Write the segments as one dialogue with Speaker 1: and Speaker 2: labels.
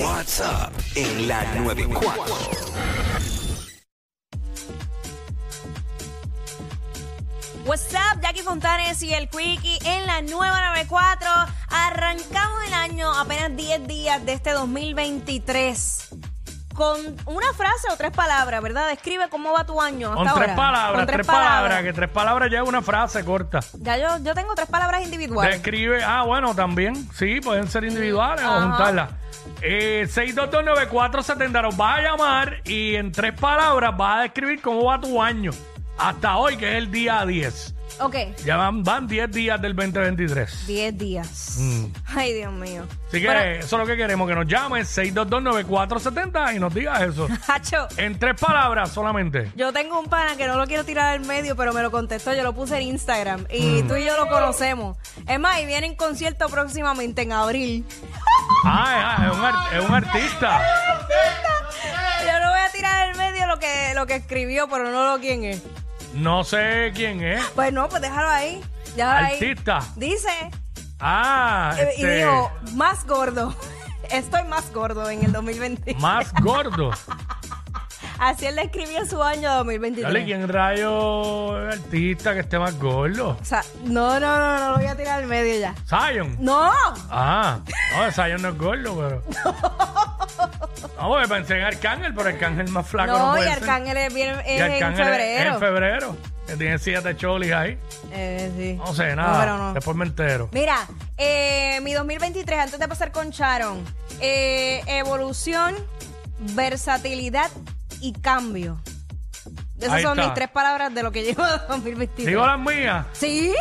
Speaker 1: What's up en la 94.
Speaker 2: What's up, Jackie Fontanes y el Quickie en la nueva 94. Arrancamos el año apenas 10 días de este 2023 con una frase o tres palabras, ¿verdad? Describe cómo va tu año hasta
Speaker 3: Con tres
Speaker 2: ahora.
Speaker 3: palabras,
Speaker 2: Con
Speaker 3: tres, palabras. que tres palabras ya es una frase corta.
Speaker 2: Ya yo, yo tengo tres palabras individuales.
Speaker 3: Describe, ah, bueno, también, sí, pueden ser individuales o juntarlas. Eh, 6229470, nos vas a llamar y en tres palabras vas a describir cómo va tu año hasta hoy, que es el día 10.
Speaker 2: Ok,
Speaker 3: Ya van, van 10 días del 2023.
Speaker 2: 10 días. Ay, Dios mío.
Speaker 3: Mm. Así que
Speaker 2: Pero,
Speaker 3: eso es lo que queremos, que nos llames 6229470 y nos digas eso.
Speaker 2: Hacho,
Speaker 3: en tres palabras solamente.
Speaker 2: yo tengo un pana que no lo quiero tirar al medio, pero me lo contestó, yo lo puse en Instagram y
Speaker 3: Mm.
Speaker 2: tú y yo lo conocemos. Es más, y viene en concierto próximamente en abril.
Speaker 3: Ah, es, ah, es un, ar- es un artista.
Speaker 2: Yo no voy a tirar al medio lo que, lo que escribió, pero no lo quién es.
Speaker 3: No sé quién es.
Speaker 2: Pues no, pues déjalo ahí. Déjalo
Speaker 3: Artista.
Speaker 2: ahí. Dice,
Speaker 3: Ah,
Speaker 2: eh, y
Speaker 3: este,
Speaker 2: dijo, más gordo. Estoy más gordo en el 2020.
Speaker 3: más gordo.
Speaker 2: Así él describió su año
Speaker 3: Dale,
Speaker 2: 2023.
Speaker 3: ¿quién rayo es artista que esté más gordo?
Speaker 2: O sea, no, no, no, no lo voy a tirar al medio ya.
Speaker 3: Zion.
Speaker 2: ¡No!
Speaker 3: Ah, no, Zion no es gordo, pero. No, porque pensé en Arcángel, pero Arcángel más flaco no,
Speaker 2: No, y
Speaker 3: puede ser.
Speaker 2: Arcángel es, bien- es
Speaker 3: Y
Speaker 2: en
Speaker 3: Arcángel es-
Speaker 2: febrero.
Speaker 3: es en febrero. Que tiene siete cholis ahí.
Speaker 2: Eh, sí.
Speaker 3: No sé,
Speaker 2: No,
Speaker 3: nada.
Speaker 2: pero no.
Speaker 3: Después me entero.
Speaker 2: Mira, eh, mi 2023, antes de pasar con Sharon, eh, evolución, versatilidad y cambio. Esas
Speaker 3: Ahí
Speaker 2: son
Speaker 3: está.
Speaker 2: mis tres palabras de lo que llevo de 2023.
Speaker 3: Digo las mías.
Speaker 2: ¿Sí?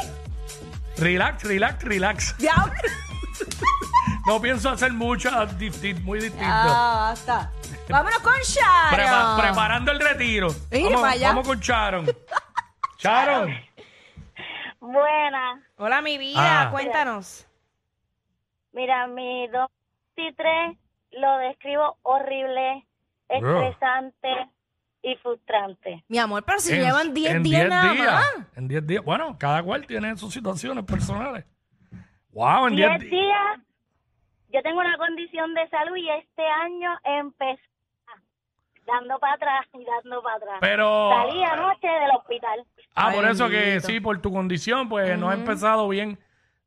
Speaker 3: Relax, relax, relax.
Speaker 2: ¿Ya?
Speaker 3: No pienso hacer muchas disti- muy distintas.
Speaker 2: ah, basta. Vámonos con Sharon.
Speaker 3: Prepa- preparando el retiro.
Speaker 2: Ir
Speaker 3: vamos,
Speaker 2: para allá.
Speaker 3: vamos con Charon. Charon.
Speaker 4: Buena.
Speaker 2: Hola, mi vida,
Speaker 3: Ah.
Speaker 2: cuéntanos.
Speaker 4: Mira, mi 2023 lo describo horrible,
Speaker 3: Bro.
Speaker 4: estresante y frustrante.
Speaker 2: Mi amor, pero si
Speaker 3: en-
Speaker 2: llevan 10
Speaker 3: en
Speaker 2: días
Speaker 3: 10
Speaker 2: nada
Speaker 3: días,
Speaker 2: más.
Speaker 3: En 10 días. Bueno, cada cual tiene sus situaciones personales. Wow, en 10
Speaker 4: Diez
Speaker 3: días.
Speaker 4: días, yo tengo una condición de salud y este año empecé ah, dando para atrás y dando para atrás.
Speaker 3: Pero.
Speaker 4: Salí anoche del hospital.
Speaker 3: Ah,
Speaker 2: Ay,
Speaker 3: por eso que
Speaker 2: bendito.
Speaker 3: sí, por tu condición, pues no has empezado bien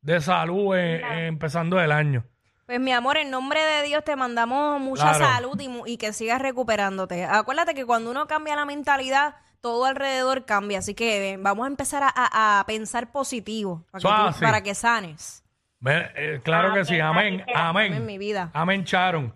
Speaker 3: de salud eh, eh, empezando el año.
Speaker 2: Pues mi amor, en nombre de Dios te mandamos mucha
Speaker 3: Claro.
Speaker 2: salud y, mu- y que sigas recuperándote. Acuérdate que cuando uno cambia la mentalidad, todo alrededor cambia. Así que eh, vamos a empezar a, a- a pensar positivo para que, tú-
Speaker 3: Suave.
Speaker 2: para que sanes.
Speaker 3: Ve- eh, claro que sí, amén, amén.
Speaker 2: Ah, Amén, mi vida.
Speaker 3: Amén, Charon.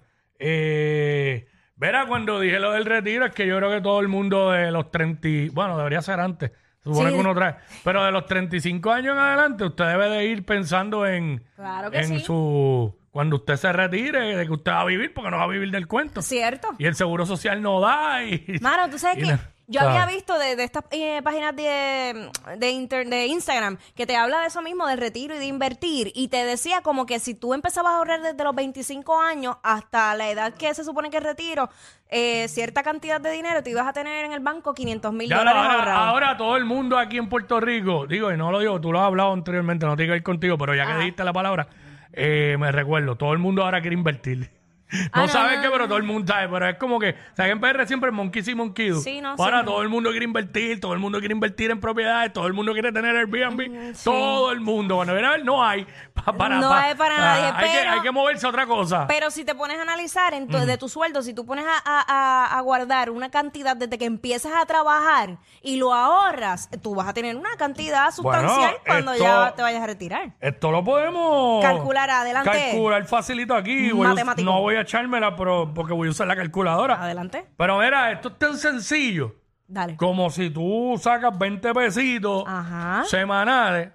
Speaker 3: Eh, verá, cuando dije lo del retiro, es que yo creo que todo el mundo de los 30, y- bueno, debería ser antes, se supone
Speaker 2: Sí.
Speaker 3: que uno trae, pero de los 35 años en adelante, usted debe de ir pensando en,
Speaker 2: Claro que
Speaker 3: en
Speaker 2: sí.
Speaker 3: su, cuando usted se retire, de que usted va a vivir, porque no va a vivir del cuento.
Speaker 2: ¿Cierto?
Speaker 3: Y el seguro social no da. Y,
Speaker 2: Mano, tú sabes
Speaker 3: y
Speaker 2: que
Speaker 3: no-
Speaker 2: yo
Speaker 3: sabe.
Speaker 2: había visto de, de estas eh, páginas de, mm, de, inter- de Instagram que te habla de eso mismo, del retiro y de invertir. Y te decía como que si tú empezabas a ahorrar desde los 25 años hasta la edad que se supone que es retiro, eh, cierta cantidad de dinero te ibas a tener en el banco 500 mil
Speaker 3: Ya
Speaker 2: dólares
Speaker 3: ahora,
Speaker 2: ahorrados.
Speaker 3: ahora todo el mundo aquí en Puerto Rico, digo, y no lo digo, tú lo has hablado anteriormente, no tiene que ver contigo, pero
Speaker 2: Ah.
Speaker 3: ya que dijiste la palabra, eh, me recuerdo, todo el mundo ahora quiere invertir.
Speaker 2: Ah,
Speaker 3: No
Speaker 2: no,
Speaker 3: sabes
Speaker 2: no,
Speaker 3: qué, pero todo el mundo sabe, pero es como que, o sea, que en PR siempre es monkey sí, monkey do.
Speaker 2: Sí, no,
Speaker 3: Ahora
Speaker 2: sí.
Speaker 3: todo el mundo quiere invertir, todo el mundo quiere invertir en propiedades, todo el mundo quiere tener Airbnb, todo el mundo. Bueno, mira, no hay pa- para
Speaker 2: Mm, No hay para nadie,
Speaker 3: hay, que,
Speaker 2: pero-
Speaker 3: hay que moverse a otra cosa.
Speaker 2: Pero si te pones a analizar en tu- de tu sueldo, si tú pones a, a- a- a guardar una cantidad desde que empiezas a trabajar y lo ahorras, tú vas a tener una cantidad sustancial cuando
Speaker 3: esto-
Speaker 2: ya te vayas a retirar.
Speaker 3: Esto lo podemos
Speaker 2: Calcular, adelante.
Speaker 3: Calcular facilito aquí. Voy a us-
Speaker 2: Matemático.
Speaker 3: no voy a echármela pero, porque voy a usar la calculadora.
Speaker 2: Adelante.
Speaker 3: Pero mira, esto es tan sencillo
Speaker 2: Dale.
Speaker 3: como si tú sacas 20 pesitos
Speaker 2: Ah. Ajá.
Speaker 3: semanales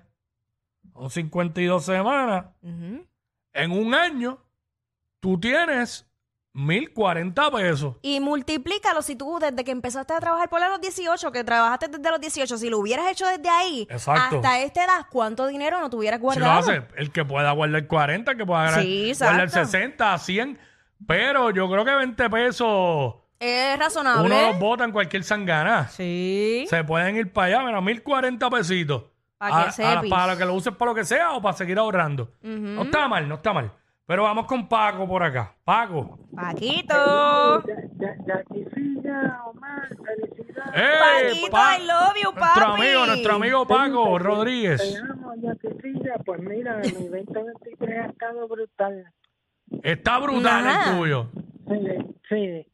Speaker 3: o 52 semanas
Speaker 2: Ujú.
Speaker 3: en un año. tú tienes 1040 pesos.
Speaker 2: Y multiplícalo si tú desde que empezaste a trabajar por los 18, que trabajaste desde los 18, si lo hubieras hecho desde ahí
Speaker 3: Exacto.
Speaker 2: hasta esta edad, ¿cuánto dinero no te hubieras
Speaker 3: Si lo
Speaker 2: guardado?
Speaker 3: hace, el que pueda guardar 40, el que pueda gra-
Speaker 2: Sí, exacto.
Speaker 3: guardar 60, 100. Pero yo creo que 20 pesos
Speaker 2: Es
Speaker 3: uno
Speaker 2: razonable.
Speaker 3: los bota en cualquier sangana.
Speaker 2: Sí.
Speaker 3: Se pueden ir para allá, mira, 1040 pesitos.
Speaker 2: Pa' que
Speaker 3: A- a-
Speaker 2: sepis.
Speaker 3: para que lo uses para lo que sea o para seguir ahorrando. No está mal, no está mal. Pero vamos con Paco por acá. Paco.
Speaker 2: Paquito.
Speaker 3: Eh, ¡Ey, ¡Eh,
Speaker 2: Paquito,
Speaker 3: Pa-
Speaker 2: I love you, papi.
Speaker 3: Nuestro amigo, nuestro amigo Paco Rodríguez.
Speaker 5: Pues mira, mi 2023 ha estado brutal.
Speaker 3: Está brutal
Speaker 2: Ajá.
Speaker 3: el tuyo.
Speaker 5: Sí, sí.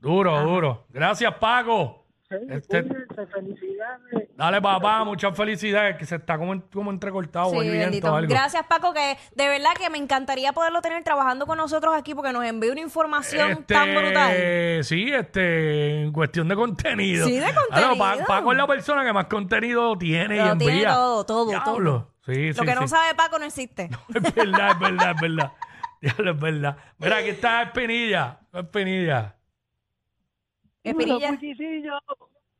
Speaker 3: Duro, duro. Gracias, Paco.
Speaker 5: sí
Speaker 3: Este-
Speaker 5: cuídense, felicidades.
Speaker 3: Dale, papá, muchas felicidades. Que se está como, en- como entrecortado
Speaker 2: Sí,
Speaker 3: o hay viento
Speaker 2: bendito.
Speaker 3: o algo.
Speaker 2: Gracias, Paco, que de verdad que me encantaría poderlo tener trabajando con nosotros aquí porque nos envía una información
Speaker 3: Este,
Speaker 2: tan brutal.
Speaker 3: Sí, este, en cuestión de contenido.
Speaker 2: Sí, de
Speaker 3: Claro, Pa-
Speaker 2: contenido.
Speaker 3: Paco es la persona que más contenido tiene y
Speaker 2: Lo
Speaker 3: envía.
Speaker 2: tiene todo, todo,
Speaker 3: Diablo. Sí,
Speaker 2: Lo
Speaker 3: sí,
Speaker 2: que no
Speaker 3: sí.
Speaker 2: sabe Paco no existe.
Speaker 3: Es verdad, es verdad, es verdad. Diablo, es verdad. Mira, aquí está Espinilla. Espinilla.
Speaker 2: Espinilla.
Speaker 5: Cuchillo.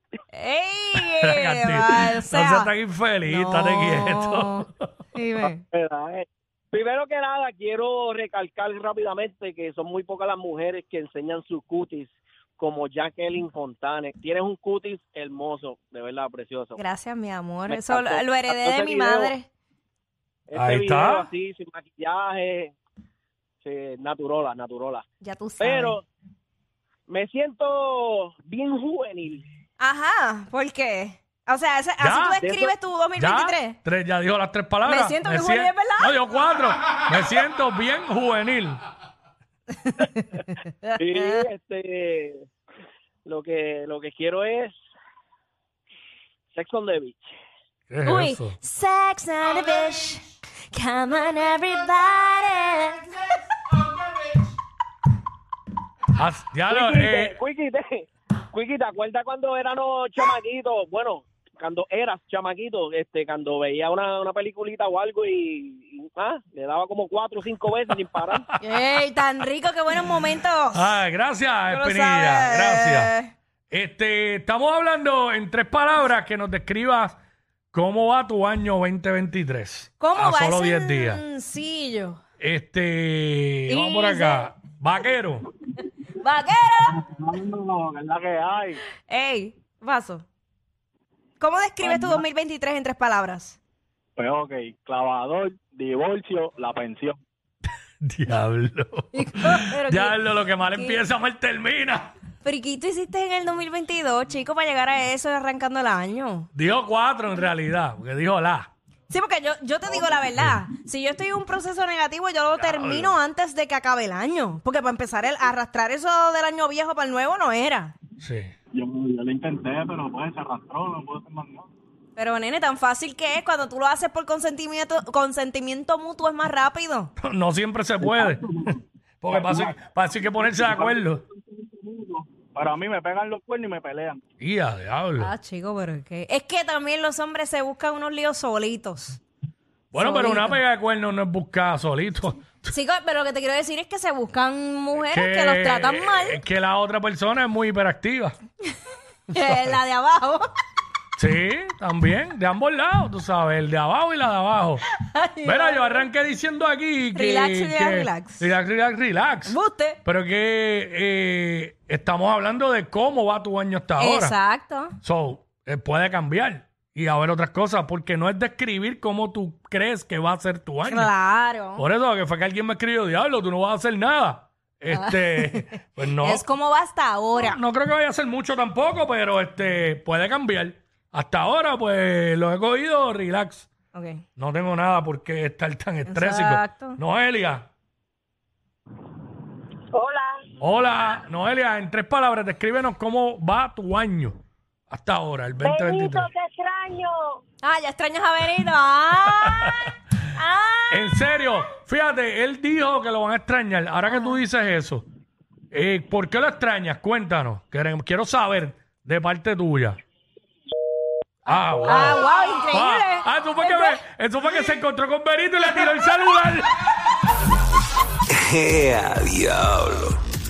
Speaker 6: pues,
Speaker 2: ¡Ey!
Speaker 3: Gatito,
Speaker 2: o
Speaker 3: no seas
Speaker 2: sea,
Speaker 3: tan infeliz,
Speaker 2: no.
Speaker 3: estate quieto.
Speaker 2: Dime.
Speaker 6: ¿verdad? Eh, Primero que nada, quiero recalcar rápidamente que son muy pocas las mujeres que enseñan su cutis, como Jacqueline Fontanes. Tienes un cutis hermoso, de verdad, precioso.
Speaker 2: Gracias, mi amor.
Speaker 6: Me
Speaker 2: Eso lo,
Speaker 6: encantó.
Speaker 2: lo heredé
Speaker 6: Entonces,
Speaker 2: de mi
Speaker 6: video.
Speaker 2: madre.
Speaker 6: Este
Speaker 3: Ahí
Speaker 6: video
Speaker 3: está.
Speaker 6: Así, sin maquillaje, sí, naturola, naturola.
Speaker 2: Ya tú sabes.
Speaker 6: Pero me siento bien juvenil.
Speaker 2: Ajá, ¿por qué? O sea, ese- así
Speaker 3: Ya,
Speaker 2: tú
Speaker 3: de eso-
Speaker 2: describes tu
Speaker 3: ¿Ya?
Speaker 2: 2023.
Speaker 3: Tres, ya dijo las tres palabras.
Speaker 2: Me siento bien juvenil,
Speaker 3: sien-
Speaker 2: ¿verdad?
Speaker 3: No, dijo cuatro. Me siento bien juvenil.
Speaker 6: Sí, este, lo que lo que quiero es Sex on the Beach.
Speaker 3: ¿Qué es
Speaker 2: Uy,
Speaker 3: eso?
Speaker 2: sex and a bitch. Come on, everybody.
Speaker 3: Ah, ya lo- eh,
Speaker 6: Cuiquite, Cuiqui, ¿te acuerdas cuando éramos chamaquitos? Bueno, cuando eras chamaquito, este, cuando veía una, una peliculita o algo y, y, ah, le daba como cuatro o cinco veces sin parar.
Speaker 2: ¡Ey, tan rico! ¡Qué buenos momentos!
Speaker 3: ah, gracias,
Speaker 2: Tú lo
Speaker 3: Espinilla.
Speaker 2: sabes.
Speaker 3: Gracias. Este, estamos hablando en tres palabras que nos describas cómo va tu año 2023.
Speaker 2: ¿Cómo
Speaker 3: a
Speaker 2: va
Speaker 3: solo
Speaker 2: ese
Speaker 3: 10 días.
Speaker 2: sencillo?
Speaker 3: Este, vamos por acá. Vaquero.
Speaker 2: ¡Vaquero!
Speaker 6: Ah, No, ¿verdad que hay?
Speaker 2: ¡Ey, vaso! ¿Cómo describes tu 2023 en tres palabras?
Speaker 6: Pues ok, clavador, divorcio, la pensión.
Speaker 3: Diablo.
Speaker 2: Pero qué-
Speaker 3: Diablo, lo que mal empieza, mal termina.
Speaker 2: ¿Pero ¿y qué tú hiciste en el 2022, chico, para llegar a eso arrancando el año?
Speaker 3: Dijo cuatro en realidad, porque dijo la.
Speaker 2: Sí, porque yo, yo te digo la verdad. Si yo estoy en un proceso negativo, yo lo termino antes de que acabe el año. Porque para empezar, el arrastrar eso del año viejo para el nuevo no era.
Speaker 3: Sí.
Speaker 5: Yo, yo lo intenté, pero pues se arrastró, no puedo hacer más nada.
Speaker 2: Pero, nene, tan fácil que es cuando tú lo haces por consentimiento, consentimiento mutuo es más rápido.
Speaker 3: No siempre se puede. Porque para eso- para eso hay que ponerse de acuerdo.
Speaker 5: Pero a mí me pegan los cuernos y me pelean.
Speaker 3: Ya, diablo.
Speaker 2: Ah, chico, pero es que... Es que también los hombres se buscan unos líos solitos.
Speaker 3: Bueno, pero una
Speaker 2: solito.
Speaker 3: pega de cuernos no es buscada solito.
Speaker 2: Chico, pero lo que te quiero decir es que se buscan mujeres que los tratan mal.
Speaker 3: es que la otra persona es muy hiperactiva.
Speaker 2: Eh, la de abajo.
Speaker 3: Sí, también, de ambos lados, tú sabes, el de abajo y la de abajo. Mira, yo arranqué diciendo aquí que...
Speaker 2: Relax, relax,
Speaker 3: que-
Speaker 2: relax.
Speaker 3: Relax, relax, relax.
Speaker 2: Buste.
Speaker 3: Pero que eh, estamos hablando de cómo va tu año hasta ahora.
Speaker 2: Exacto.
Speaker 3: So, eh, puede cambiar y haber otras cosas, porque no es describir cómo tú crees que va a ser tu año.
Speaker 2: Claro.
Speaker 3: Por eso que fue que alguien me escribió, diablo, tú no vas a hacer nada. Este, pues no.
Speaker 2: Ah.
Speaker 3: Oh,
Speaker 2: Es como va hasta ahora.
Speaker 3: No creo que vaya a ser mucho tampoco, pero este puede cambiar. Hasta ahora, pues lo he cogido relax.
Speaker 2: Ok.
Speaker 3: No tengo nada por qué estar tan estrésico.
Speaker 2: Exacto.
Speaker 3: Noelia,
Speaker 4: Hola.
Speaker 3: hola, Noelia, en tres palabras, descríbenos cómo va tu año hasta ahora, el
Speaker 4: Benito,
Speaker 3: 2023.
Speaker 4: te extraño.
Speaker 2: Ah, ya extrañas a Benito. Ah. ¡Ay! ¡Ay!
Speaker 3: En serio, fíjate, él dijo que lo van a extrañar. Ahora que tú dices eso, eh, ¿por qué lo extrañas? Cuéntanos. Quere- Quiero saber de parte tuya. Ah, wow.
Speaker 2: ¡Ah, wow! Increíble.
Speaker 3: Ah, ah, eso, fue que me- eso fue que se encontró con Benito y le tiró el celular.
Speaker 1: ¡Ea, Eh, diablo!